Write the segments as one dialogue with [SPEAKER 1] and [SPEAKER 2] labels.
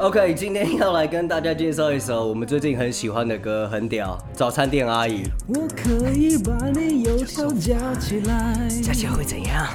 [SPEAKER 1] OK，今天要来跟大家介绍一首我们最近很喜欢的歌，很屌，《早餐店阿姨》。
[SPEAKER 2] 我可以把你右手夹起来。
[SPEAKER 1] 下去会怎样？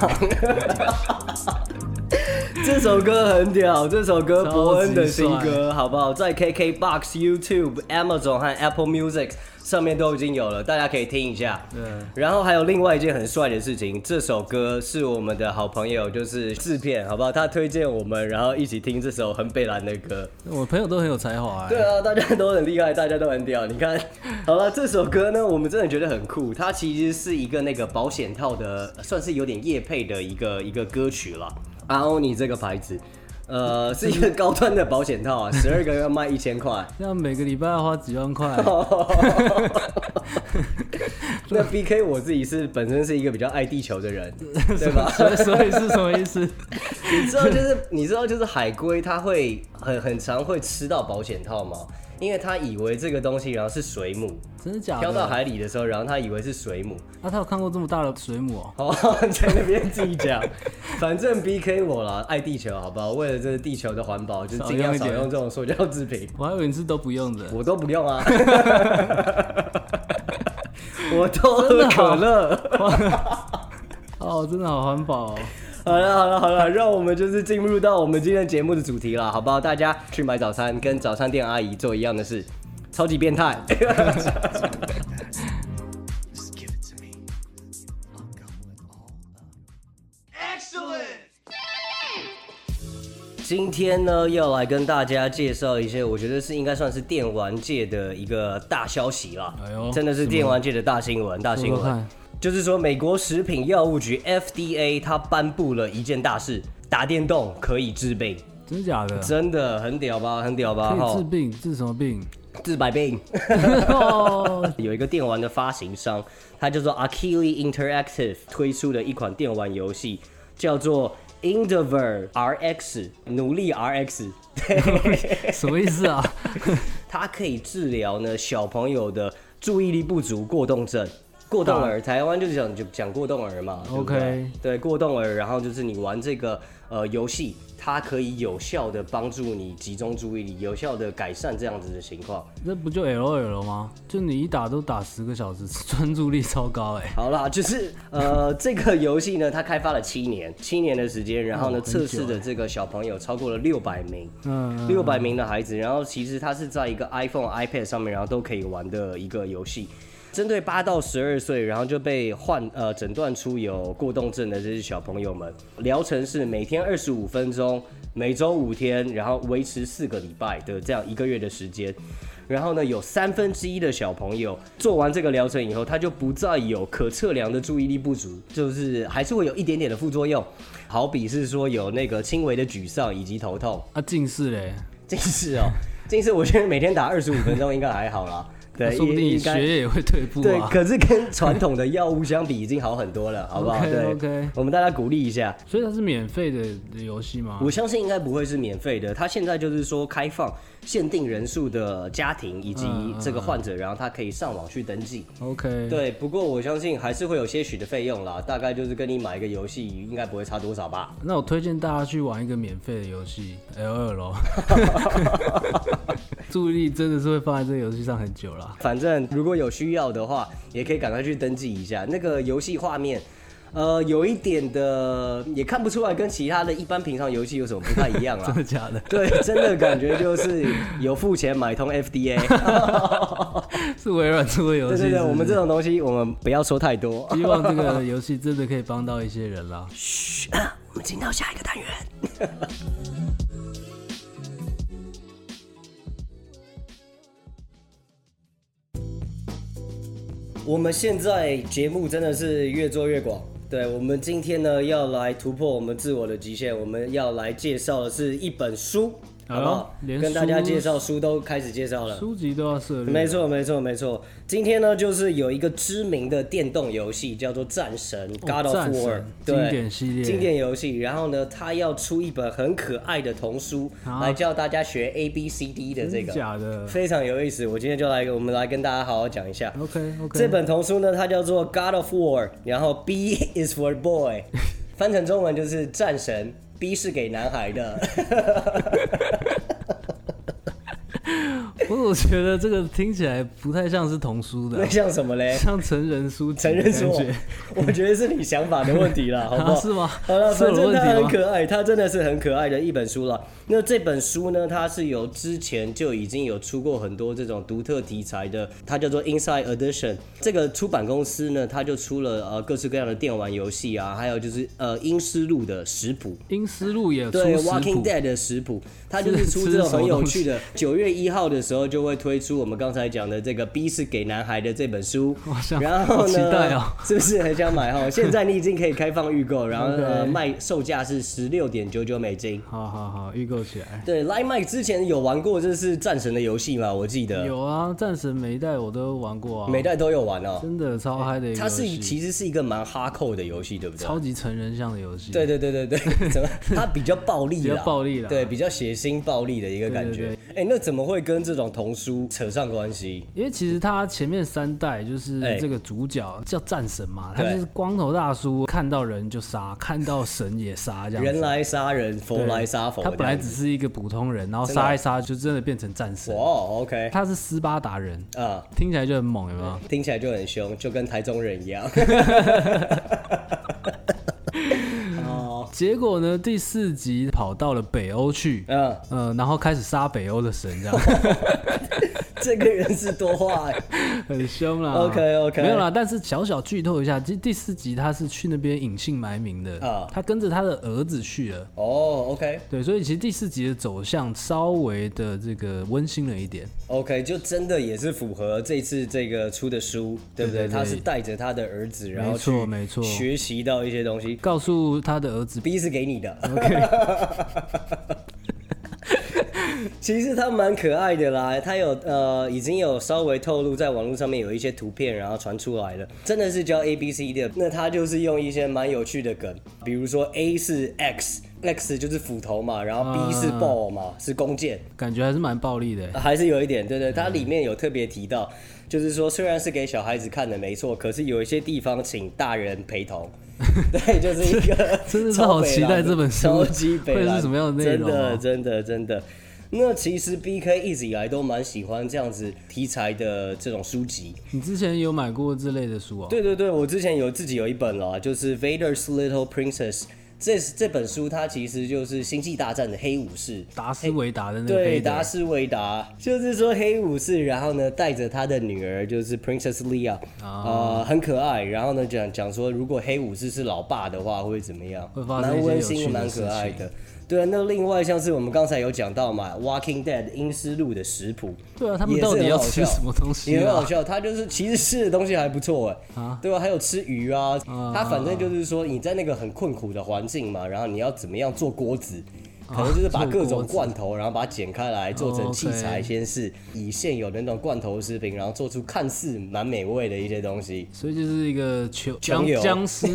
[SPEAKER 1] 这首歌很屌，这首歌伯恩的新歌，好不好？在 KKBOX、YouTube、Amazon 和 Apple Music 上面都已经有了，大家可以听一下。对。然后还有另外一件很帅的事情，这首歌是我们的好朋友，就是制片，好不好？他推荐我们，然后一起听这首很北蓝的歌。
[SPEAKER 2] 我朋友都很有才华、
[SPEAKER 1] 对
[SPEAKER 2] 欸，
[SPEAKER 1] 啊，大家都很厉害，大家都很屌。你看， 好了，这首歌呢，我们真的觉得很酷。它其实是一个那个保险套的，算是有点夜配的一个一个歌曲了。阿欧尼这个牌子，呃，是一个高端的保险套啊，十二个要卖一千块。
[SPEAKER 2] 这样每个礼拜要花几万块。
[SPEAKER 1] 哦 那 B K 我自己是本身是一个比较爱地球的人，对吧？
[SPEAKER 2] 所以所以是什么意思？
[SPEAKER 1] 你知道就是你知道就是海龟它会很很常会吃到保险套吗？因为它以为这个东西然后是水母，
[SPEAKER 2] 真的假
[SPEAKER 1] 飘到
[SPEAKER 2] 的？
[SPEAKER 1] 海里的时候，然后他以为是水母，
[SPEAKER 2] 啊，他有看过这么大的水母哦、
[SPEAKER 1] 好 在那边自己讲，反正 B K 我啦，爱地球，好不好？为了这个地球的环保，就尽量
[SPEAKER 2] 少用一点
[SPEAKER 1] 少用这种塑胶制品，
[SPEAKER 2] 我还以为你是都不用的。
[SPEAKER 1] 我都不用啊， 我都喝可乐。
[SPEAKER 2] 哦，真的好环保哦、
[SPEAKER 1] 好了好了好了，让我们就是进入到我们今天节目的主题了，好不好？大家去买早餐，跟早餐店阿姨做一样的事，超级变态。今天呢，要来跟大家介绍一些，我觉得是应该算是电玩界的一个大消息啦。
[SPEAKER 2] 哎呦
[SPEAKER 1] 真的是电玩界的大新闻，大新
[SPEAKER 2] 说说
[SPEAKER 1] 闻
[SPEAKER 2] 看。
[SPEAKER 1] 就是说，美国食品药物局 FDA 它颁布了一件大事，打电动可以治病，
[SPEAKER 2] 真的假的？
[SPEAKER 1] 真的很屌吧？很屌吧？
[SPEAKER 2] 可以治
[SPEAKER 1] 哈，
[SPEAKER 2] 病，治什么 病？
[SPEAKER 1] 治百病。
[SPEAKER 2] 哦，
[SPEAKER 1] 有一个电玩的发行商，它叫做 a k i l i Interactive 推出的一款电玩游戏，叫做 Endeavor RX 努 力 RX。对，
[SPEAKER 2] 什么意思啊？
[SPEAKER 1] 它可以治疗呢小朋友的注意力不足过动症。过动儿，台湾就是讲就讲过动儿嘛对不对
[SPEAKER 2] 啊 OK
[SPEAKER 1] 对过动儿，然后就是你玩这个呃游戏，它可以有效的帮助你集中注意力，有效的改善这样子的情况。
[SPEAKER 2] 这不就 L O L 吗？就你一打都打十个小时，专注力超高哎、
[SPEAKER 1] 好啦，就是 呃，这个游戏呢，它开发了七年，七年的时间，然后呢，
[SPEAKER 2] 哦很久
[SPEAKER 1] 测试的这个小朋友超过了六百名，
[SPEAKER 2] 嗯，
[SPEAKER 1] 六百名的孩子，然后其实它是在一个 iPhone、iPad 上面，然后都可以玩的一个游戏。针对八到十二岁，然后就被患呃诊断出有过动症的这些小朋友们，疗程是每天二十五分钟，每周五天，然后维持四个礼拜的这样一个月的时间。然后呢，有三分之一的小朋友做完这个疗程以后，他就不再有可测量的注意力不足，就是还是会有一点点的副作用，好比是说有那个轻微的沮丧以及头痛。
[SPEAKER 2] 啊，近视嘞，
[SPEAKER 1] 近视哦， 近视我觉得每天打二十五分钟应该还 好啦。对，
[SPEAKER 2] 说不定
[SPEAKER 1] 应
[SPEAKER 2] 你
[SPEAKER 1] 应该
[SPEAKER 2] 学业也会退步
[SPEAKER 1] 对，
[SPEAKER 2] 啊。
[SPEAKER 1] 可是跟传统的药物相比已经好很多了，好不 好
[SPEAKER 2] OK，
[SPEAKER 1] 对
[SPEAKER 2] OK
[SPEAKER 1] 我们大家鼓励一下。
[SPEAKER 2] 所以它是免费的游戏吗？
[SPEAKER 1] 我相信应该不会是免费的，它现在就是说开放限定人数的家庭以及
[SPEAKER 2] 嗯嗯
[SPEAKER 1] 这个患者，然后他可以上网去登记。
[SPEAKER 2] OK，，
[SPEAKER 1] 对，不过我相信还是会有些许的费用啦，大概就是跟你买一个游戏应该不会差多少吧。
[SPEAKER 2] 那我推荐大家去玩一个免费的游戏 L 二 L，注意力真的是会放在这个游戏上很久啦。
[SPEAKER 1] 反正如果有需要的话，也可以赶快去登记一下那个游戏画面。呃，有一点的也看不出来跟其他的一般平常游戏有什么不太一 样
[SPEAKER 2] 真
[SPEAKER 1] 啦
[SPEAKER 2] 的。假的？
[SPEAKER 1] 对，真的感觉就是有付钱买通 FDA。
[SPEAKER 2] 是微软出的游
[SPEAKER 1] 对
[SPEAKER 2] 戏是不
[SPEAKER 1] 对对，
[SPEAKER 2] 是？
[SPEAKER 1] 我们这种东西我们不要说太多。
[SPEAKER 2] 希望这个游戏真的可以帮到一些人啦。
[SPEAKER 1] 嘘，啊我们进到下一个单元。 我们现在节目真的是越做越广。对我们今天呢，要来突破我们自我的极限，我们要来介绍的是一本书，好不好
[SPEAKER 2] 哎呦？连
[SPEAKER 1] 跟大家
[SPEAKER 2] 书
[SPEAKER 1] 介绍书都开始介绍了。
[SPEAKER 2] 书籍都要涉猎，
[SPEAKER 1] 没错，没错，没错。今天呢，就是有一个知名的电动游戏叫做《战神》（God of
[SPEAKER 2] 哦战
[SPEAKER 1] War），
[SPEAKER 2] 神
[SPEAKER 1] 对
[SPEAKER 2] 经典系列
[SPEAKER 1] 经典游戏。然后呢，他要出一本很可爱的童书，
[SPEAKER 2] 啊
[SPEAKER 1] 来教大家学 A B C D 的这
[SPEAKER 2] 真
[SPEAKER 1] 个
[SPEAKER 2] 的，假的
[SPEAKER 1] 非常有意思。我今天就来，我们来跟大家好好讲一下。
[SPEAKER 2] ？OK OK，
[SPEAKER 1] 这本童书呢，它叫做《God of War》，然后 B is for boy，翻成中文就是战神。B 是给男孩的，
[SPEAKER 2] 不是，我觉得这个听起来不太像是童书的
[SPEAKER 1] 那
[SPEAKER 2] 啊、
[SPEAKER 1] 像什么嘞？
[SPEAKER 2] 像成人书籍的
[SPEAKER 1] 承认说
[SPEAKER 2] 感觉，
[SPEAKER 1] 我觉得是你想法的问 题啦，好不
[SPEAKER 2] 啊
[SPEAKER 1] 好？
[SPEAKER 2] 是吗
[SPEAKER 1] 好了，
[SPEAKER 2] 是
[SPEAKER 1] 反
[SPEAKER 2] 我的
[SPEAKER 1] 正
[SPEAKER 2] 问
[SPEAKER 1] 它
[SPEAKER 2] 题
[SPEAKER 1] 很
[SPEAKER 2] 吗？
[SPEAKER 1] 可爱，它真的是很可爱的一本书了。那这本书呢，它是由之前就已经有出过很多这种独特题材的，它叫做 Inside Edition。这个出版公司呢，它就出了呃各式各样的电玩游戏啊，还有就是呃英诗录的食谱。
[SPEAKER 2] 英思路也出
[SPEAKER 1] 对《
[SPEAKER 2] 食
[SPEAKER 1] Walking
[SPEAKER 2] 谱，
[SPEAKER 1] Dead》的食谱，它就是出这种很有趣的。九月一号的时候就会推出我们刚才讲的这个《B 是给男孩的》这本书
[SPEAKER 2] 我想，
[SPEAKER 1] 然后
[SPEAKER 2] 好期
[SPEAKER 1] 呢，
[SPEAKER 2] 待哦
[SPEAKER 1] 是不是很想买哈？现在你已经可以开放预购，然 后呃卖售价是十六点九九美金。
[SPEAKER 2] 好好好，预购起来。
[SPEAKER 1] 对，Line Mike 之前有玩过这是战神的游戏嘛？我记得
[SPEAKER 2] 有啊，战神每一代我都玩过啊，
[SPEAKER 1] 每代都有玩哦。
[SPEAKER 2] 真的超嗨的一个
[SPEAKER 1] 它
[SPEAKER 2] 游
[SPEAKER 1] 是
[SPEAKER 2] 戏，
[SPEAKER 1] 其实是一个蛮哈扣的游戏，对不对？
[SPEAKER 2] 超级成人向的游戏。
[SPEAKER 1] 对对对对 对，怎么？它比较暴力啦，
[SPEAKER 2] 比较暴力啦
[SPEAKER 1] 对，比较血腥暴力的一个感觉
[SPEAKER 2] 对。
[SPEAKER 1] 哎、那怎么会跟这种童书扯上关系？
[SPEAKER 2] 因为其实他前面三代就是
[SPEAKER 1] 哎
[SPEAKER 2] 这个主角叫战神嘛，他
[SPEAKER 1] 对
[SPEAKER 2] 就是光头大叔，看到人就杀，看到神也杀这样子。
[SPEAKER 1] 人来杀人，佛
[SPEAKER 2] 对
[SPEAKER 1] 来杀佛。
[SPEAKER 2] 他本来只
[SPEAKER 1] 哇
[SPEAKER 2] 是一个普通人，然后
[SPEAKER 1] 的啊
[SPEAKER 2] 杀一杀就真的变成战神。
[SPEAKER 1] 哦，OK，
[SPEAKER 2] 他是斯巴达人，
[SPEAKER 1] 啊，
[SPEAKER 2] 听起来就很猛，有没有？
[SPEAKER 1] 听起来就很凶，就跟台中人 一样。哦，
[SPEAKER 2] 结果呢，第四集跑到了北欧去，
[SPEAKER 1] 嗯，
[SPEAKER 2] 呃，然后开始杀北欧的神，这样
[SPEAKER 1] 这个人是多 话、欸。
[SPEAKER 2] 很凶啦。
[SPEAKER 1] OK，OK
[SPEAKER 2] 没有啦，但是小小剧透一下，其实第四集他是去那边隐姓埋名的，
[SPEAKER 1] 啊
[SPEAKER 2] 他跟着他的儿子去了。
[SPEAKER 1] 哦，OK，OK，、
[SPEAKER 2] 对，所以其实第四集的走向稍微的这个温馨了一点，
[SPEAKER 1] 就真的也是符合这次这个出的书，对不对？
[SPEAKER 2] 对对对
[SPEAKER 1] 他是带着他的儿子，然后
[SPEAKER 2] 没
[SPEAKER 1] 去
[SPEAKER 2] 错没错
[SPEAKER 1] 学习到一些东西。
[SPEAKER 2] 告诉他的儿子
[SPEAKER 1] B 是给你的。 其实它蛮可爱的啦，它有呃已经有稍微透露在网络上面有一些图片，然后传出来了，真的是教 A B C 的。那它就是用一些蛮有趣的梗，比如说 A 是 X。X 就是斧头嘛，然后 B 是 ball 嘛，是弓箭，
[SPEAKER 2] 感觉还是蛮暴力的欸，
[SPEAKER 1] 还是有一点，对对，它
[SPEAKER 2] 嗯
[SPEAKER 1] 里面有特别提到，就是说虽然是给小孩子看的没错，可是有一些地方请大人陪 同，对，就是一个
[SPEAKER 2] 真的是
[SPEAKER 1] 超
[SPEAKER 2] 好
[SPEAKER 1] 北
[SPEAKER 2] 期待
[SPEAKER 1] 蓝
[SPEAKER 2] 这本书
[SPEAKER 1] 超级北
[SPEAKER 2] 会
[SPEAKER 1] 蓝
[SPEAKER 2] 是什么样的内容
[SPEAKER 1] 真
[SPEAKER 2] 啊
[SPEAKER 1] 的，真的，真的。那其实 B K 一直以来都蛮喜欢这样子题材的这种书籍。
[SPEAKER 2] 你之前有买过这类的书哦？
[SPEAKER 1] 对对对，我之前有自己有一本啦，就是《Vader's Little Princess》。这这本书它其实就是《星际大战》的黑武士，
[SPEAKER 2] 达斯维达的那个
[SPEAKER 1] 对，
[SPEAKER 2] 贝德
[SPEAKER 1] 达斯维达就是说黑武士，然后呢带着他的女儿就是 Princess Leia，、呃，
[SPEAKER 2] 啊
[SPEAKER 1] 很可爱。然后呢讲讲说，如果黑武士是老爸的话，会怎么样？
[SPEAKER 2] 会发生一
[SPEAKER 1] 蛮
[SPEAKER 2] 些
[SPEAKER 1] 温
[SPEAKER 2] 有
[SPEAKER 1] 馨，
[SPEAKER 2] 趣的
[SPEAKER 1] 蛮可爱
[SPEAKER 2] 事
[SPEAKER 1] 的。对啊，那另外像是我们刚才有讲到嘛，《Walking Dead》阴尸路的食谱，
[SPEAKER 2] 对啊，他们
[SPEAKER 1] 也是
[SPEAKER 2] 到底要
[SPEAKER 1] 很好
[SPEAKER 2] 吃
[SPEAKER 1] 笑
[SPEAKER 2] 什么东西
[SPEAKER 1] 也很好
[SPEAKER 2] 啊？
[SPEAKER 1] 笑，他就是其实吃的东西还不错哎、对吧、还有吃鱼啊，他反正就是说你在那个很困苦的环境嘛，然后你要怎么样做锅子，
[SPEAKER 2] 啊
[SPEAKER 1] 可能就是把
[SPEAKER 2] 做锅
[SPEAKER 1] 各
[SPEAKER 2] 子
[SPEAKER 1] 种罐头，然后把它剪开来做成器
[SPEAKER 2] 哦
[SPEAKER 1] 材，
[SPEAKER 2] OK
[SPEAKER 1] 先是以现有的那种罐头食品，然后做出看似蛮美味的一些东西。
[SPEAKER 2] 所以就是一个求
[SPEAKER 1] 穷
[SPEAKER 2] 僵
[SPEAKER 1] 游
[SPEAKER 2] 僵尸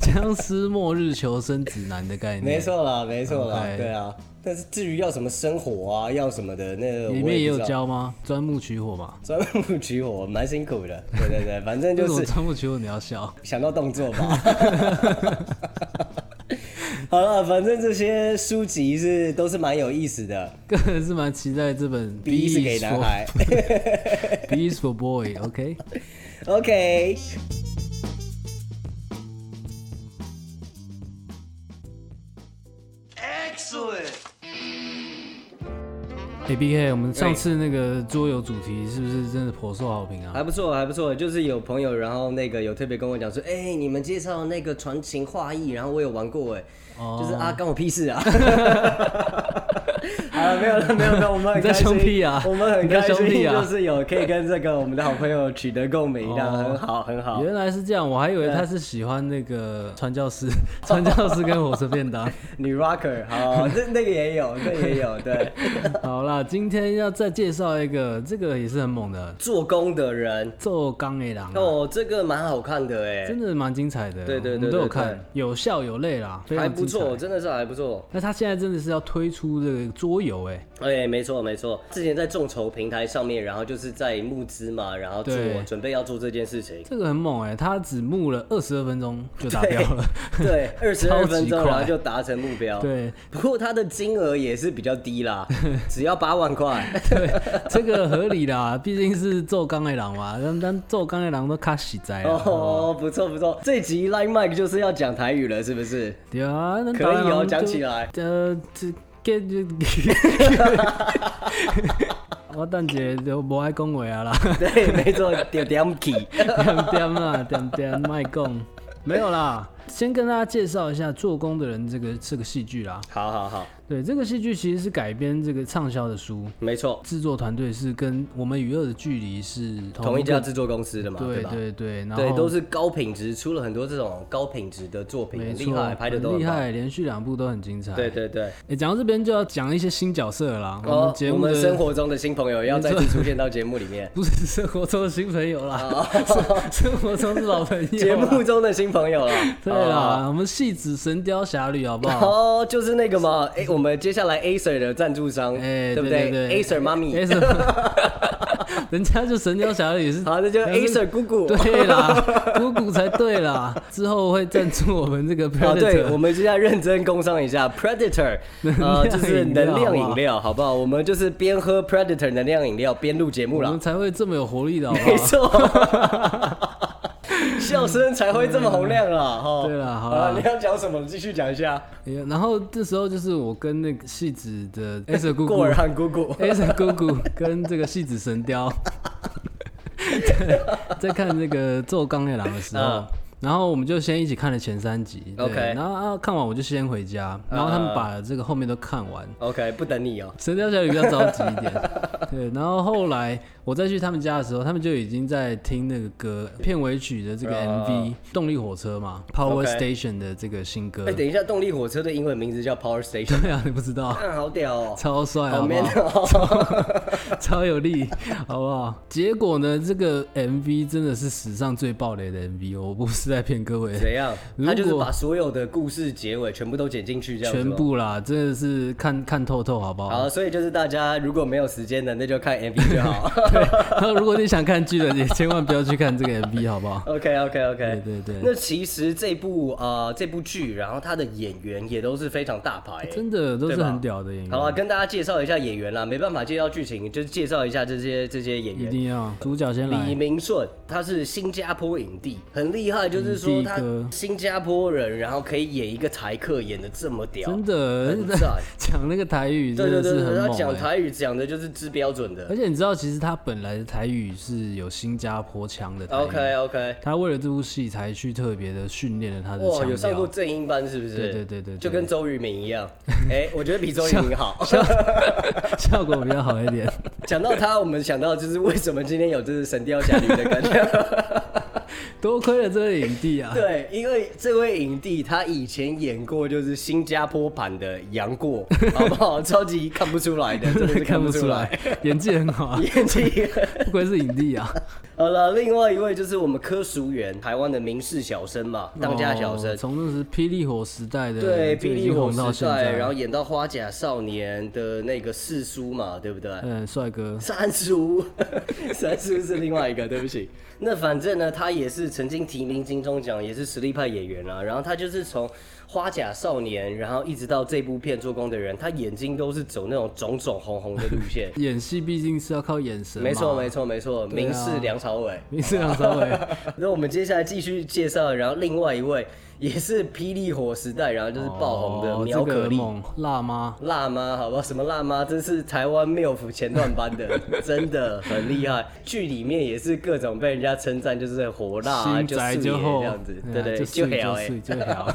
[SPEAKER 2] 僵尸末日求生指南的概念，
[SPEAKER 1] 没，错啦，没错啦
[SPEAKER 2] OK
[SPEAKER 1] 对啊。但是至于要什么生火啊，要什么的，那个
[SPEAKER 2] 里
[SPEAKER 1] 我
[SPEAKER 2] 面也有
[SPEAKER 1] 不知道。
[SPEAKER 2] 教吗？钻木取火嘛？
[SPEAKER 1] 钻木取火蛮辛苦的，对对对，反正
[SPEAKER 2] 为
[SPEAKER 1] 就
[SPEAKER 2] 什么
[SPEAKER 1] 是
[SPEAKER 2] 钻木取火你要笑？
[SPEAKER 1] 想到动作吧。 好了，反正这些书籍是都是蛮有意思的。
[SPEAKER 2] 个人是蛮期待这 本
[SPEAKER 1] B 是给啊
[SPEAKER 2] is
[SPEAKER 1] 男
[SPEAKER 2] for-
[SPEAKER 1] 孩
[SPEAKER 2] B is for boy，OK？
[SPEAKER 1] ，OK。
[SPEAKER 2] A 哎 B K，我们上次那个桌游主题是不是真的颇受好评啊？
[SPEAKER 1] 还不错，还不错，就是有朋友，然后那个有特别跟我讲说，哎、你们介绍那个传情画意，然后我有玩过，哎、
[SPEAKER 2] 哦
[SPEAKER 1] 就是啊，干我 屁事啊！好了，没有了，没有了，我们很
[SPEAKER 2] 你在
[SPEAKER 1] 开心
[SPEAKER 2] 凶屁啊
[SPEAKER 1] 我们很
[SPEAKER 2] 你在
[SPEAKER 1] 开心，
[SPEAKER 2] 凶屁啊
[SPEAKER 1] 就是有可以跟这个我们的好朋友取得共鸣，这样、
[SPEAKER 2] 哦
[SPEAKER 1] 很好，很好。
[SPEAKER 2] 原来是这样，我还以为他是喜欢那个传教 士，传教士跟火车便当。
[SPEAKER 1] 女 rocker，好，那那个也有，那个也有，对。
[SPEAKER 2] 好啦，今天要再介绍一个，这个也是很猛的，
[SPEAKER 1] 做工的人
[SPEAKER 2] 做钢诶狼啊、
[SPEAKER 1] 哦，这个蛮好看的哎
[SPEAKER 2] 真，的蛮精彩的。
[SPEAKER 1] 对对对
[SPEAKER 2] 我们都有
[SPEAKER 1] 对对
[SPEAKER 2] 看，有笑有泪啦，非
[SPEAKER 1] 还
[SPEAKER 2] 常
[SPEAKER 1] 不
[SPEAKER 2] 精彩
[SPEAKER 1] 错，。真的是还不错。
[SPEAKER 2] 那他现在真的是要推出这个桌游哎、
[SPEAKER 1] 哎，没错没错，之前在众筹平台上面，然后就是在募资嘛，然后做
[SPEAKER 2] 对
[SPEAKER 1] 准备要做这件事情。
[SPEAKER 2] 这个很猛哎、他只募了二十二分钟就达标了，
[SPEAKER 1] 对，二十
[SPEAKER 2] 超
[SPEAKER 1] 二
[SPEAKER 2] 级
[SPEAKER 1] 分钟，然后
[SPEAKER 2] 快
[SPEAKER 1] 就达成目标。
[SPEAKER 2] 对
[SPEAKER 1] 不过它的金额也是比较 低啦，只要八万块。
[SPEAKER 2] 这个合理啦，毕竟是做钢的狼嘛，但但做钢的狼都卡死在啊了。
[SPEAKER 1] 哦，不错不错，这集 Line Mike 就是要讲台语了，是不是？
[SPEAKER 2] 对啊，那
[SPEAKER 1] 可以
[SPEAKER 2] 当然
[SPEAKER 1] 哦
[SPEAKER 2] 就
[SPEAKER 1] 讲起来
[SPEAKER 2] 呃，这 get 就我等姐就无爱讲话啊啦，
[SPEAKER 1] 对，没错，点点 key。
[SPEAKER 2] 点点啦，点点卖讲，没有啦。先跟大家介绍一下《做工的人》这个这个戏剧啦。
[SPEAKER 1] 好好好，
[SPEAKER 2] 对，这个戏剧其实是改编这个畅销的书，
[SPEAKER 1] 没错，
[SPEAKER 2] 制作团队是跟我们与恶的距离是
[SPEAKER 1] 同一
[SPEAKER 2] 个
[SPEAKER 1] 家制作公司的嘛，
[SPEAKER 2] 对
[SPEAKER 1] 吧？
[SPEAKER 2] 对对，然后
[SPEAKER 1] 对，都是高品质，出了很多这种高品质的作品，
[SPEAKER 2] 没
[SPEAKER 1] 很
[SPEAKER 2] 错，
[SPEAKER 1] 厉害，拍的都
[SPEAKER 2] 很
[SPEAKER 1] 很
[SPEAKER 2] 厉
[SPEAKER 1] 棒。
[SPEAKER 2] 害，连续两部都很精彩。
[SPEAKER 1] 对，对对，
[SPEAKER 2] 哎，讲到这边就要讲一些新角色了啦。我
[SPEAKER 1] 哦
[SPEAKER 2] 们节，
[SPEAKER 1] 我
[SPEAKER 2] 目
[SPEAKER 1] 们
[SPEAKER 2] 的，
[SPEAKER 1] 生活中的新朋友要再次出现到节目里 面
[SPEAKER 2] 不是生活中的新朋友啦，生 生活中是老朋友啦。
[SPEAKER 1] 哦节目中的新朋友了。啊
[SPEAKER 2] 对啦，我们戏子《神雕侠侣》好不 好？
[SPEAKER 1] 哦，就是那个嘛，哎，我们接下来 Acer 的赞助商，
[SPEAKER 2] 哎
[SPEAKER 1] 对不
[SPEAKER 2] 对对对
[SPEAKER 1] ？Acer 妈咪，
[SPEAKER 2] 哎什么人家就《神雕侠侣》也是
[SPEAKER 1] 好，那就 Acer 姑姑。
[SPEAKER 2] 对啦，姑姑才对啦。之后会赞助我们这个 p r
[SPEAKER 1] 啊，
[SPEAKER 2] e d a t
[SPEAKER 1] 对，
[SPEAKER 2] o
[SPEAKER 1] 我
[SPEAKER 2] r
[SPEAKER 1] 们现在认真工商 一下 Predator，呃，就是能量饮料，好不好？我们就是边喝 Predator 能量饮料边录节目
[SPEAKER 2] 我
[SPEAKER 1] 啦
[SPEAKER 2] 们。才会这么有活力的，好不
[SPEAKER 1] 没
[SPEAKER 2] 好？
[SPEAKER 1] 错， 笑声才会这么洪亮啊啦，哈。
[SPEAKER 2] 对啦好啦
[SPEAKER 1] 啊，你要讲什么？继续讲一下。
[SPEAKER 2] 哎呀然后这时候就是我跟那个戏子的 S 姑
[SPEAKER 1] 过
[SPEAKER 2] 姑
[SPEAKER 1] 儿和姑姑，
[SPEAKER 2] ，S 姑姑跟这个戏子神雕， 在在看这个《做钢铁狼》的时候
[SPEAKER 1] 嗯。
[SPEAKER 2] 然后我们就先一起看了前三集对
[SPEAKER 1] OK 嗯
[SPEAKER 2] 然后啊看完我就先回家，然后他们把这个后面都看完，
[SPEAKER 1] OK，不等你哦。
[SPEAKER 2] 《神雕侠侣》比较着急 一点，对。然后后来我再去他们家的时候，他们就已经在听那个歌片尾曲的这个
[SPEAKER 1] 嗯
[SPEAKER 2] MV，、动力火车嘛，Power
[SPEAKER 1] OK
[SPEAKER 2] Station 的这个新歌。
[SPEAKER 1] 哎，等一下，动力火车的英文名字叫 Power Station，
[SPEAKER 2] 对啊，你不知道，
[SPEAKER 1] 看好屌哦，
[SPEAKER 2] 超帅，
[SPEAKER 1] 好
[SPEAKER 2] 好不
[SPEAKER 1] man
[SPEAKER 2] 好？
[SPEAKER 1] 哦。
[SPEAKER 2] 超有力，好不好？结果呢，这个 MV 真的是史上最爆雷的 MV，我不是在骗各位。
[SPEAKER 1] 怎 样？
[SPEAKER 2] 如果
[SPEAKER 1] 他就是把所有的故事结尾全部都剪进去，这样子
[SPEAKER 2] 全
[SPEAKER 1] 吗。
[SPEAKER 2] 部哦啦，真的是看看透透，好不好？
[SPEAKER 1] 好，所以就是大家如果没有时间的，那就看 MV 就好。
[SPEAKER 2] 然 后如果你想看剧的，也千万不要去看这个 MV，好不好？
[SPEAKER 1] OK OK OK，
[SPEAKER 2] 对对对
[SPEAKER 1] 那其实这部呃这部剧，然后他的演员也都是非常大牌、
[SPEAKER 2] 真的都是
[SPEAKER 1] 对吧
[SPEAKER 2] 很屌的演员。
[SPEAKER 1] 好啊，跟大家介绍一下演员啦，没办法介绍剧情，就是介绍一下这些这些演
[SPEAKER 2] 一
[SPEAKER 1] 员。
[SPEAKER 2] 定要主角先
[SPEAKER 1] 李
[SPEAKER 2] 来，
[SPEAKER 1] 明顺他是新加坡影帝，很厉害，就是
[SPEAKER 2] 影
[SPEAKER 1] 说
[SPEAKER 2] 帝
[SPEAKER 1] 他
[SPEAKER 2] 哥
[SPEAKER 1] 新加坡人，然后可以演一个台客，演的这么屌，
[SPEAKER 2] 真的
[SPEAKER 1] 很赞
[SPEAKER 2] 讲那个台语
[SPEAKER 1] 对
[SPEAKER 2] 真的
[SPEAKER 1] 对
[SPEAKER 2] 是
[SPEAKER 1] 对对，
[SPEAKER 2] 很
[SPEAKER 1] 他
[SPEAKER 2] 猛、
[SPEAKER 1] 讲
[SPEAKER 2] 欸。哎
[SPEAKER 1] 台语讲的就是之标准的
[SPEAKER 2] 而。且你知道，其实他本来的台语是有新加坡腔的台语
[SPEAKER 1] OK OK，
[SPEAKER 2] 他为了这部戏才去特别的训练了他的
[SPEAKER 1] 哇，有
[SPEAKER 2] 腔
[SPEAKER 1] 上过
[SPEAKER 2] 调。
[SPEAKER 1] 正音班是不是？
[SPEAKER 2] 对对对对对
[SPEAKER 1] 就跟周渝民一样。哎，我觉得比周渝民好。
[SPEAKER 2] 效果比较好一点，
[SPEAKER 1] 讲到他，我们想到就是为什么今天有这是《神雕侠侣》的感觉。
[SPEAKER 2] 多亏了这位影帝啊！
[SPEAKER 1] 对，因为这位影帝他以前演过就是新加坡版的 杨过，好不好？超级看不出来的，真的是看
[SPEAKER 2] 看
[SPEAKER 1] 不
[SPEAKER 2] 不
[SPEAKER 1] 出
[SPEAKER 2] 出
[SPEAKER 1] 来
[SPEAKER 2] 来。， 演技很 好啊，
[SPEAKER 1] 演技。
[SPEAKER 2] 不愧是影帝啊！
[SPEAKER 1] 好了，另外一位就是我们柯淑媛，台湾的名士小生嘛， 当家小生
[SPEAKER 2] 哦。从那时霹雳火时代的
[SPEAKER 1] 对，
[SPEAKER 2] 就
[SPEAKER 1] 霹
[SPEAKER 2] 已
[SPEAKER 1] 雳
[SPEAKER 2] 经红
[SPEAKER 1] 火
[SPEAKER 2] 到
[SPEAKER 1] 时
[SPEAKER 2] 现
[SPEAKER 1] 代，
[SPEAKER 2] 在，
[SPEAKER 1] 然后演到花甲少年的那个四叔嘛，对不对？
[SPEAKER 2] 嗯，帅哥，。
[SPEAKER 1] 三叔， 三叔是另外一个，对不起。 那反正呢，他也是曾经提名金钟奖，也是实力派演员啊。然后他就是从《花甲少年》，然后一直到这部片做工的人，他眼睛都是走那种肿肿红红的路线啊
[SPEAKER 2] 演戏毕竟是要靠眼神嘛，
[SPEAKER 1] 没错， 没错，没错，明是梁朝伟。
[SPEAKER 2] 你是梁朝伟，
[SPEAKER 1] 那我们接下来继续介绍，然后另外一位也是霹雳火时代，然后就是爆红的
[SPEAKER 2] 哦这
[SPEAKER 1] 苗可
[SPEAKER 2] 个
[SPEAKER 1] 丽。
[SPEAKER 2] 猛辣妈，
[SPEAKER 1] 辣妈，好不好？什么辣妈，真是台湾 MILF 前段班 的，真的很厉害。剧里面也是各种被人家称赞，就是火辣、啊，
[SPEAKER 2] 新
[SPEAKER 1] 就
[SPEAKER 2] 宅
[SPEAKER 1] 素颜
[SPEAKER 2] 厚
[SPEAKER 1] 这样子，，
[SPEAKER 2] 哎
[SPEAKER 1] 对
[SPEAKER 2] 呀
[SPEAKER 1] 对，
[SPEAKER 2] 就
[SPEAKER 1] 就
[SPEAKER 2] 水
[SPEAKER 1] 屌
[SPEAKER 2] 就
[SPEAKER 1] 哎，
[SPEAKER 2] 水就屌，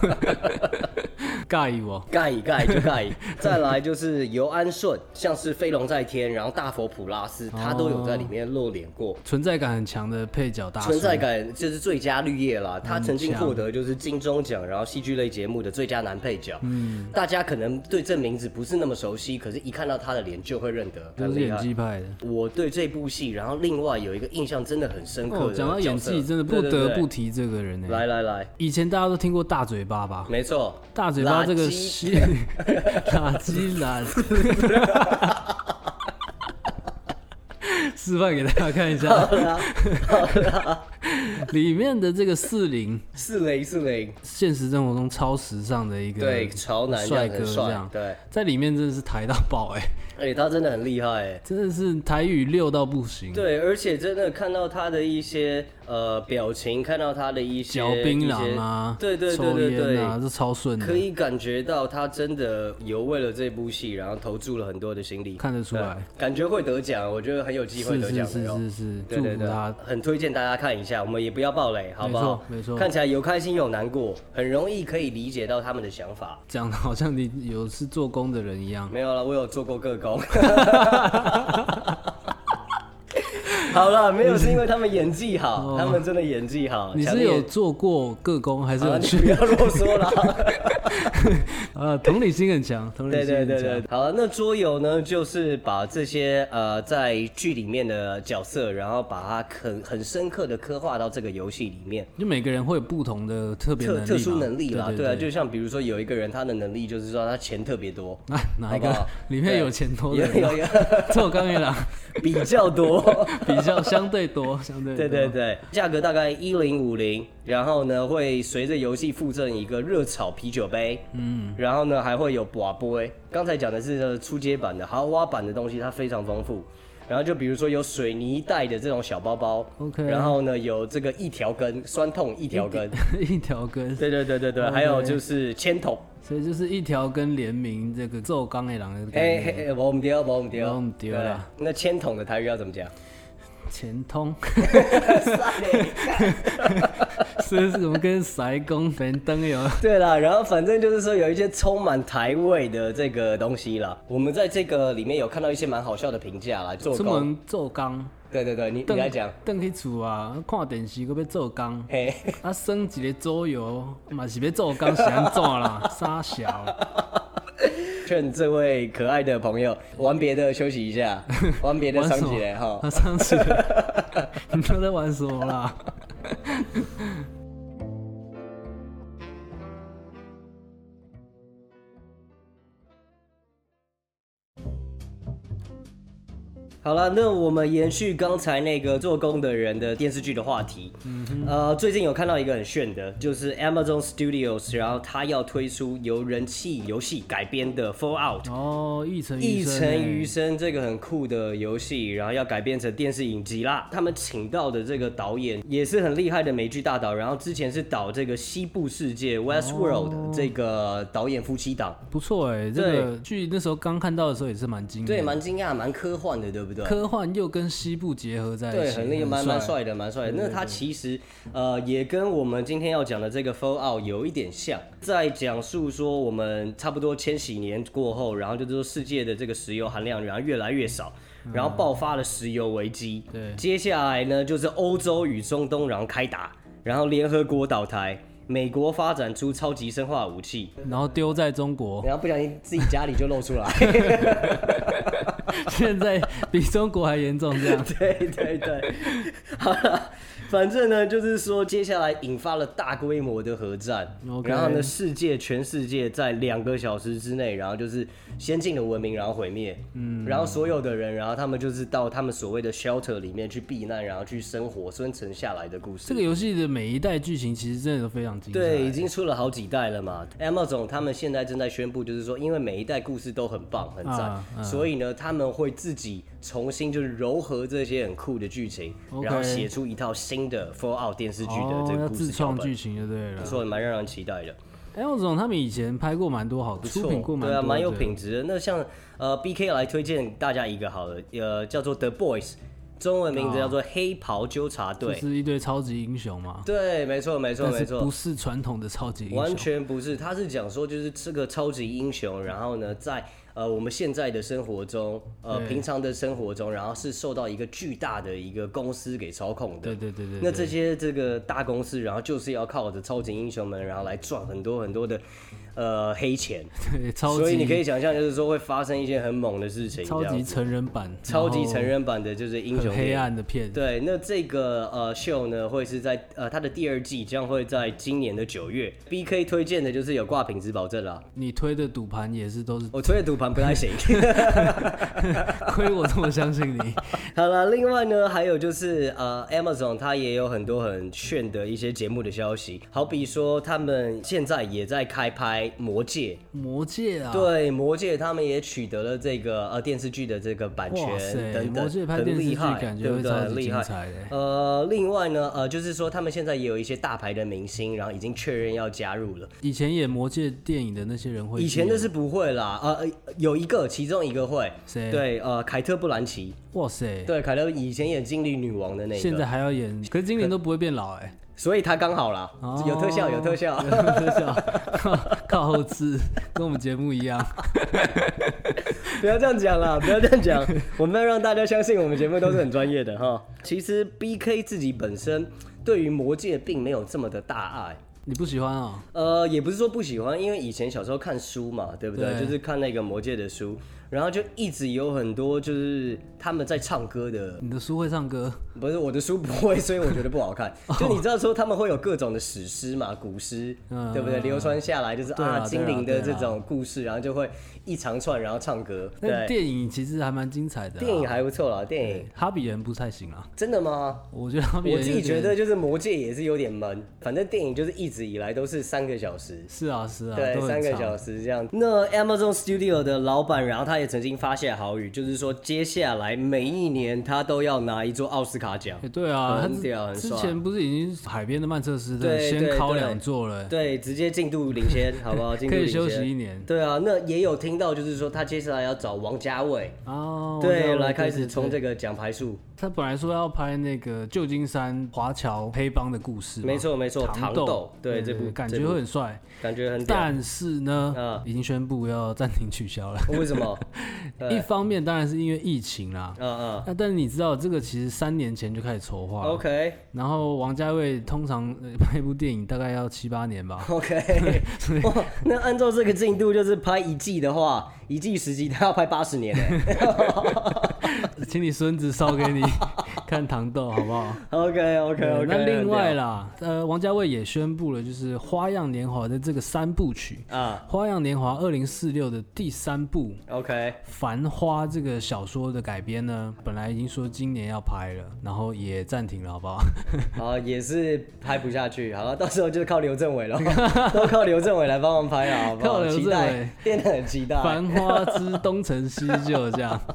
[SPEAKER 2] 尬意哦我，
[SPEAKER 1] 盖一盖就盖。 再来就是尤安顺，像是飞龙在天，然后大佛普拉
[SPEAKER 2] 哦
[SPEAKER 1] 斯，他都有在里面露脸过。
[SPEAKER 2] 存在感很强的配角大叔，嗯
[SPEAKER 1] 存在感就是最佳绿叶啦，他曾经
[SPEAKER 2] 很强
[SPEAKER 1] 获得就是金钟奖，然后戏剧类节目的最佳男配角。嗯，大家可能对这名字不是那么熟悉，可是一看到他的脸就会认得，
[SPEAKER 2] 都
[SPEAKER 1] 很
[SPEAKER 2] 是
[SPEAKER 1] 厉
[SPEAKER 2] 演
[SPEAKER 1] 害。
[SPEAKER 2] 技派的。
[SPEAKER 1] 我对这部戏，然后另外有一个印象真的很深刻
[SPEAKER 2] 哦，
[SPEAKER 1] 的角色。
[SPEAKER 2] 讲到演技，真的不
[SPEAKER 1] 对
[SPEAKER 2] 得不
[SPEAKER 1] 对
[SPEAKER 2] 提这个人呢、欸
[SPEAKER 1] 对来来来，
[SPEAKER 2] 以前大家都听过大嘴巴吧？
[SPEAKER 1] 没错，
[SPEAKER 2] 大嘴到这个
[SPEAKER 1] 垃圾
[SPEAKER 2] 西 垃圾垃圾， 示范给大家看一 下，里面的这个四零，
[SPEAKER 1] 四零四零，
[SPEAKER 2] 现实生活中超时尚的一个
[SPEAKER 1] 对，潮男这
[SPEAKER 2] 帅
[SPEAKER 1] 样
[SPEAKER 2] 哥
[SPEAKER 1] 很
[SPEAKER 2] 这
[SPEAKER 1] 帅
[SPEAKER 2] 样，，
[SPEAKER 1] 对，
[SPEAKER 2] 在里面真的是抬到爆哎、
[SPEAKER 1] 哎、他真的很厉害哎。
[SPEAKER 2] 真的是台语溜到不行，
[SPEAKER 1] 对，而且真的看到他的一些呃表情，看到他的一些
[SPEAKER 2] 嚼槟榔啊，
[SPEAKER 1] 一些对对对对
[SPEAKER 2] 抽
[SPEAKER 1] 对
[SPEAKER 2] 烟啊，这超顺
[SPEAKER 1] 可
[SPEAKER 2] 的，
[SPEAKER 1] 以感觉到他真的有为了这部戏，然后投注了很多的心力，
[SPEAKER 2] 看得出来
[SPEAKER 1] 对，感觉会得奖，我觉得很有机会
[SPEAKER 2] 是
[SPEAKER 1] 得
[SPEAKER 2] 是
[SPEAKER 1] 奖的
[SPEAKER 2] 是
[SPEAKER 1] 哟。
[SPEAKER 2] 是是，
[SPEAKER 1] 对
[SPEAKER 2] 祝
[SPEAKER 1] 对
[SPEAKER 2] 福
[SPEAKER 1] 对
[SPEAKER 2] 他，，
[SPEAKER 1] 很推荐大家看一下，我们也不要暴雷，好不好？
[SPEAKER 2] 没错没错
[SPEAKER 1] 看起来有开心有难过，很容易可以理解到他们的想法。
[SPEAKER 2] 讲的好像你有是做工的人一样。
[SPEAKER 1] 没有了，我有做过个工。 好了，没有是因为他们演技好，他们真的演技好。
[SPEAKER 2] 哦你
[SPEAKER 1] 强
[SPEAKER 2] 是
[SPEAKER 1] 烈
[SPEAKER 2] 有做过个工还是
[SPEAKER 1] 啊
[SPEAKER 2] 有
[SPEAKER 1] 你
[SPEAKER 2] 去？
[SPEAKER 1] 不 要啰嗦了。
[SPEAKER 2] 呃，同理心很强，同理
[SPEAKER 1] 对
[SPEAKER 2] 心
[SPEAKER 1] 对
[SPEAKER 2] 很强。
[SPEAKER 1] 对对，好，那桌游呢，就是把这些呃在剧里面的角色，然后把它很很深刻的刻画到这个游戏里面。
[SPEAKER 2] 就每个人会有不同的特别
[SPEAKER 1] 特
[SPEAKER 2] 能力嘛，
[SPEAKER 1] 特殊能力啦，
[SPEAKER 2] 对
[SPEAKER 1] 对啊，
[SPEAKER 2] 对
[SPEAKER 1] 就像比如说有一个人他的能力就是说他钱特别多，
[SPEAKER 2] 啊哪一
[SPEAKER 1] 好
[SPEAKER 2] 个
[SPEAKER 1] 不好
[SPEAKER 2] 里面有钱多
[SPEAKER 1] 有
[SPEAKER 2] 的人啊
[SPEAKER 1] 有， 有
[SPEAKER 2] 做钢铁郎
[SPEAKER 1] 比较多，
[SPEAKER 2] 比较相对多，相 对
[SPEAKER 1] 对
[SPEAKER 2] 多
[SPEAKER 1] 对对，价格大概一零五零，然后呢会随着游戏附赠一个热炒啤酒杯，嗯，然后呢还会有寡杯。刚才讲的是呃初阶版的豪华版的东西，它非常丰富。然后就比如说有水泥袋的这种小包包
[SPEAKER 2] OK
[SPEAKER 1] 然后呢有这个一条根酸痛一条根，
[SPEAKER 2] 一条根，
[SPEAKER 1] 对对对对对
[SPEAKER 2] OK
[SPEAKER 1] 还有就是铅筒，
[SPEAKER 2] 所以就是一条根联名这个做钢铁郎的概
[SPEAKER 1] 哎
[SPEAKER 2] 念，
[SPEAKER 1] 嘿嘿，我们丢我们丢，
[SPEAKER 2] 没问题
[SPEAKER 1] 哦对
[SPEAKER 2] 啦
[SPEAKER 1] 那铅筒的台语要怎么讲？
[SPEAKER 2] 钱通， 所以是我们跟塞工粉灯有
[SPEAKER 1] 对啦，然后反正就是说有一些充满台味的这个东西啦。我们在这个里面有看到一些蛮好笑的评价啦，做
[SPEAKER 2] 出
[SPEAKER 1] 工。
[SPEAKER 2] 门做工，
[SPEAKER 1] 对对对，你你来讲，
[SPEAKER 2] 邓去厝啊，看电视搁要做工。
[SPEAKER 1] 嘿，
[SPEAKER 2] 啊，升一个桌游嘛是要做工是安怎啦？ 傻小，
[SPEAKER 1] 劝这位可爱的朋友玩别的休息一下，玩别 的
[SPEAKER 2] 玩
[SPEAKER 1] 伤
[SPEAKER 2] 什么
[SPEAKER 1] 起来哈。
[SPEAKER 2] 啊，上次 你都在玩什么啦？
[SPEAKER 1] 好了，那我们延续刚才那个做工的人的电视剧的话题。呃，最近有看到一个很炫的，就是 Amazon Studios，然后它要推出由人气游戏改编的《Fallout》。
[SPEAKER 2] 哦，一成
[SPEAKER 1] 一
[SPEAKER 2] 生
[SPEAKER 1] 城余生这个很酷的游戏，然后要改编成电视影集啦。他们请到的这个导演也是很厉害的美剧大导，然后之前是导这个《西部世界》Westworld 这个导演夫妻档，
[SPEAKER 2] 不错哎、这个剧那时候刚看到的时候也是蛮惊
[SPEAKER 1] 对，
[SPEAKER 2] 艳的，
[SPEAKER 1] 蛮惊讶，蛮科幻的，对不对？
[SPEAKER 2] 科幻又跟西部结合在一起，
[SPEAKER 1] 哎对，很厉害，蛮蛮
[SPEAKER 2] 很。
[SPEAKER 1] 帅的，蛮帅的。那它其实呃，也跟我们今天要讲的这个《Fallout》有一点像，在讲述说我们差不多千禧年过后，然后就是说世界的这个石油含量然后越来越少，然后爆发了石油危机。
[SPEAKER 2] 对
[SPEAKER 1] 接下来呢就是欧洲与中东然后开打，然后联合国倒台。美国发展出超级生化武器，
[SPEAKER 2] 然后丢在中国，
[SPEAKER 1] 然后不小心自己家里就露出来。
[SPEAKER 2] 现在比中国还严重这样。
[SPEAKER 1] 对对对，好了，反正呢，就是说接下来引发了大规模的核战
[SPEAKER 2] OK
[SPEAKER 1] 然后呢，世界全世界在两个小时之内，然后就是先进的文明，然后毁灭，嗯，然后所有的人，然后他们就是到他们所谓的 shelter 里面去避难，然后去生活，生存下来的故事。
[SPEAKER 2] 这个游戏的每一代剧情其实真的都非常精彩。
[SPEAKER 1] 对，已经出了好几代了嘛。Emma 总他们现在正在宣布，就是说，因为每一代故事都很棒、很赞，
[SPEAKER 2] 啊啊
[SPEAKER 1] 所以呢，他们会自己重新就是糅合这些很酷的剧情
[SPEAKER 2] OK
[SPEAKER 1] 然后写出一套新的 Fallout 电视剧的
[SPEAKER 2] 哦、
[SPEAKER 1] 这个
[SPEAKER 2] 要
[SPEAKER 1] 故
[SPEAKER 2] 自
[SPEAKER 1] 事脚
[SPEAKER 2] 创
[SPEAKER 1] 本。
[SPEAKER 2] 剧情就对了
[SPEAKER 1] 不。错，蛮让人期待的，
[SPEAKER 2] 哎，我总他们以前拍过蛮多好，
[SPEAKER 1] 不
[SPEAKER 2] 出品过
[SPEAKER 1] 错，
[SPEAKER 2] 蛮
[SPEAKER 1] 对
[SPEAKER 2] 多，
[SPEAKER 1] 啊，蛮有。品质的。那像呃，B K 来推荐大家一个好了，呃，叫做 The Boys，中文名字叫做黑袍纠察
[SPEAKER 2] 就
[SPEAKER 1] 队。
[SPEAKER 2] 啊是一堆超级英雄嘛，
[SPEAKER 1] 对，没错，没错，
[SPEAKER 2] 但
[SPEAKER 1] 没
[SPEAKER 2] 是
[SPEAKER 1] 错，
[SPEAKER 2] 不是传统的超级英
[SPEAKER 1] 完
[SPEAKER 2] 雄，
[SPEAKER 1] 全不是，他是讲说就是这个超级英雄，然后呢，在呃我们现在的生活中，呃
[SPEAKER 2] 对
[SPEAKER 1] 平常的生活中，然后是受到一个巨大的一个公司给操控的。
[SPEAKER 2] 对对对对，
[SPEAKER 1] 那这些这个大公司，然后就是要靠着超级英雄们，然后来赚很多很多的呃黑钱，
[SPEAKER 2] 对超级，
[SPEAKER 1] 所以你可以想象，就是说会发生一些很猛的事情，
[SPEAKER 2] 超
[SPEAKER 1] 这样
[SPEAKER 2] 级
[SPEAKER 1] 子
[SPEAKER 2] 成人版，
[SPEAKER 1] 超级成
[SPEAKER 2] 然
[SPEAKER 1] 人版的就是英
[SPEAKER 2] 后
[SPEAKER 1] 雄
[SPEAKER 2] 很黑
[SPEAKER 1] 电影
[SPEAKER 2] 暗的片，
[SPEAKER 1] 对，那这个呃秀呢，会是在呃它的第二季将会在今年的九月。B K 推荐的就是有挂品质保证啦。
[SPEAKER 2] 你推的赌盘也是都是，
[SPEAKER 1] 我推的赌盘不 太行。
[SPEAKER 2] 亏我这么相信你，
[SPEAKER 1] 好了，另外呢，还有就是呃，Amazon 它也有很多很炫的一些节目的消息，好比说他们现在也在开拍《魔戒》
[SPEAKER 2] 魔戒啊，
[SPEAKER 1] 对，《魔戒》他们也取得了这个呃电视剧的这个版
[SPEAKER 2] 哇
[SPEAKER 1] 权
[SPEAKER 2] 塞
[SPEAKER 1] 等等，
[SPEAKER 2] 魔戒拍
[SPEAKER 1] 很
[SPEAKER 2] 电视
[SPEAKER 1] 厉
[SPEAKER 2] 剧
[SPEAKER 1] 害
[SPEAKER 2] 感觉
[SPEAKER 1] 对不
[SPEAKER 2] 会
[SPEAKER 1] 对？
[SPEAKER 2] 超级
[SPEAKER 1] 很厉
[SPEAKER 2] 精
[SPEAKER 1] 害
[SPEAKER 2] 彩的
[SPEAKER 1] 呃，另外呢，呃，就是说他们现在也有一些大牌的明星，然后已经确认要加入了。
[SPEAKER 2] 以前演魔戒电影的那些人会去
[SPEAKER 1] 以前的是不会啦，呃，有一个，其中一个会，
[SPEAKER 2] 谁
[SPEAKER 1] 对，呃，凯特·布兰奇，
[SPEAKER 2] 哇塞，
[SPEAKER 1] 对，凯特以前演精灵女王的那
[SPEAKER 2] 现
[SPEAKER 1] 个，
[SPEAKER 2] 在还要演，可是精灵都不会变老哎，
[SPEAKER 1] 所以她刚好啦，
[SPEAKER 2] 哦
[SPEAKER 1] 有特效，有特效。
[SPEAKER 2] 靠靠后置，跟我们节目一样。
[SPEAKER 1] 不要这样讲啦，不要这 样讲，我们要让大家相信我们节目都是很专业的哈。其实 B K 自己本身对于魔界并没有这么的大爱。
[SPEAKER 2] 你不喜欢哦？
[SPEAKER 1] 呃，也不是说不喜欢，因为以前小时候看书嘛，对不对？
[SPEAKER 2] 对
[SPEAKER 1] 就是看那个魔界的书，然后就一直有很多就是他们在唱歌的
[SPEAKER 2] 你的书会唱 歌？
[SPEAKER 1] 不是我的书不会，所以我觉得不 好看。
[SPEAKER 2] 哦
[SPEAKER 1] 就你知道说他们会有各种的史诗嘛，古诗，
[SPEAKER 2] 嗯
[SPEAKER 1] 对不对？流传下来就是
[SPEAKER 2] 对啊
[SPEAKER 1] 啊
[SPEAKER 2] 对啊
[SPEAKER 1] 精灵
[SPEAKER 2] 对
[SPEAKER 1] 的
[SPEAKER 2] 啊
[SPEAKER 1] 这种故事，然后就会一长串，然后唱歌。
[SPEAKER 2] 那
[SPEAKER 1] 对，
[SPEAKER 2] 电影其实还蛮精彩的啊。
[SPEAKER 1] 电影还不错啦，电影
[SPEAKER 2] 哈比人不太行啊，
[SPEAKER 1] 真的吗？
[SPEAKER 2] 我 觉得哈比
[SPEAKER 1] 我
[SPEAKER 2] 人
[SPEAKER 1] 自
[SPEAKER 2] 有
[SPEAKER 1] 己觉
[SPEAKER 2] 点
[SPEAKER 1] 得就是《魔戒》也是有点闷，反正电影就是一直以来都是三个小时。
[SPEAKER 2] 是啊是啊，
[SPEAKER 1] 对
[SPEAKER 2] 都，很
[SPEAKER 1] 三个
[SPEAKER 2] 长
[SPEAKER 1] 小时这样。那 Amazon Studio 的老板，然后他也曾经发下豪语，就是说接下来每一年他都要拿一座奥斯卡奖
[SPEAKER 2] 哎。对啊，他
[SPEAKER 1] 很屌很
[SPEAKER 2] 之之
[SPEAKER 1] 帅
[SPEAKER 2] 前不是已经海边的曼彻斯特
[SPEAKER 1] 对
[SPEAKER 2] 先
[SPEAKER 1] 对
[SPEAKER 2] 考
[SPEAKER 1] 对
[SPEAKER 2] 两座了，
[SPEAKER 1] 对，直接进度领先，好不好？进 度
[SPEAKER 2] 可以
[SPEAKER 1] 领先
[SPEAKER 2] 休息一年
[SPEAKER 1] 对啊，那也有听到，就是说他接下来要找王家卫，
[SPEAKER 2] 哦，我知道
[SPEAKER 1] 对，
[SPEAKER 2] 了
[SPEAKER 1] 来开始。
[SPEAKER 2] 对
[SPEAKER 1] 冲
[SPEAKER 2] 对对
[SPEAKER 1] 这个奖牌数。
[SPEAKER 2] 他本来说要拍那个旧金山华侨黑帮的故事嘛，
[SPEAKER 1] 没错没错
[SPEAKER 2] 糖
[SPEAKER 1] 糖
[SPEAKER 2] 豆
[SPEAKER 1] 豆，对这部
[SPEAKER 2] 感
[SPEAKER 1] 这
[SPEAKER 2] 觉
[SPEAKER 1] 部
[SPEAKER 2] 会很帅，
[SPEAKER 1] 感觉很屌。
[SPEAKER 2] 但是呢
[SPEAKER 1] 啊，
[SPEAKER 2] 已经宣布要暂停取消了。
[SPEAKER 1] 为什么？
[SPEAKER 2] 一方面当然是因为疫情啊啦，
[SPEAKER 1] 嗯 嗯
[SPEAKER 2] 那但是你知道这个其实三年前就开始筹划了，
[SPEAKER 1] ，OK
[SPEAKER 2] 然后王家卫通常 呃拍一部电影大概要七八年吧，
[SPEAKER 1] OK。哇，那按照这个进度，就是拍一季的话，一季十集，他要拍八十年欸
[SPEAKER 2] 请你孙子烧给你 看糖豆好不好？
[SPEAKER 1] OK OK
[SPEAKER 2] 对
[SPEAKER 1] OK。
[SPEAKER 2] 那另外啦，呃，王家卫也宣布了，就是《花样年华》的这个三部曲，
[SPEAKER 1] 啊
[SPEAKER 2] 《花样年华》二零四六的第三部
[SPEAKER 1] ，OK，
[SPEAKER 2] 《繁花》这个小说的改编呢，本来已经说今年要拍了，然后也暂停了，好不好？
[SPEAKER 1] 好，也是拍不下去，好，到时候就是靠刘政委了， 都靠刘政委来帮忙拍了，好不
[SPEAKER 2] 靠
[SPEAKER 1] 好？
[SPEAKER 2] 刘
[SPEAKER 1] 期
[SPEAKER 2] 政
[SPEAKER 1] 待
[SPEAKER 2] 委，
[SPEAKER 1] 变得很期待。
[SPEAKER 2] 繁花之东成西就这样。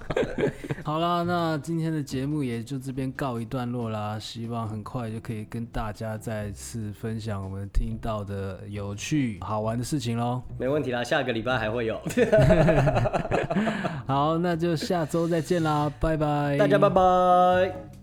[SPEAKER 2] 好啦，那今天的节目也就这边告一段落啦，希望很快就可以跟大家再次分享我们听到的有趣好玩的事情喽。
[SPEAKER 1] 没问题啦，下个礼拜还会有。
[SPEAKER 2] 好，那就下周再见啦，拜拜，
[SPEAKER 1] 大家拜拜。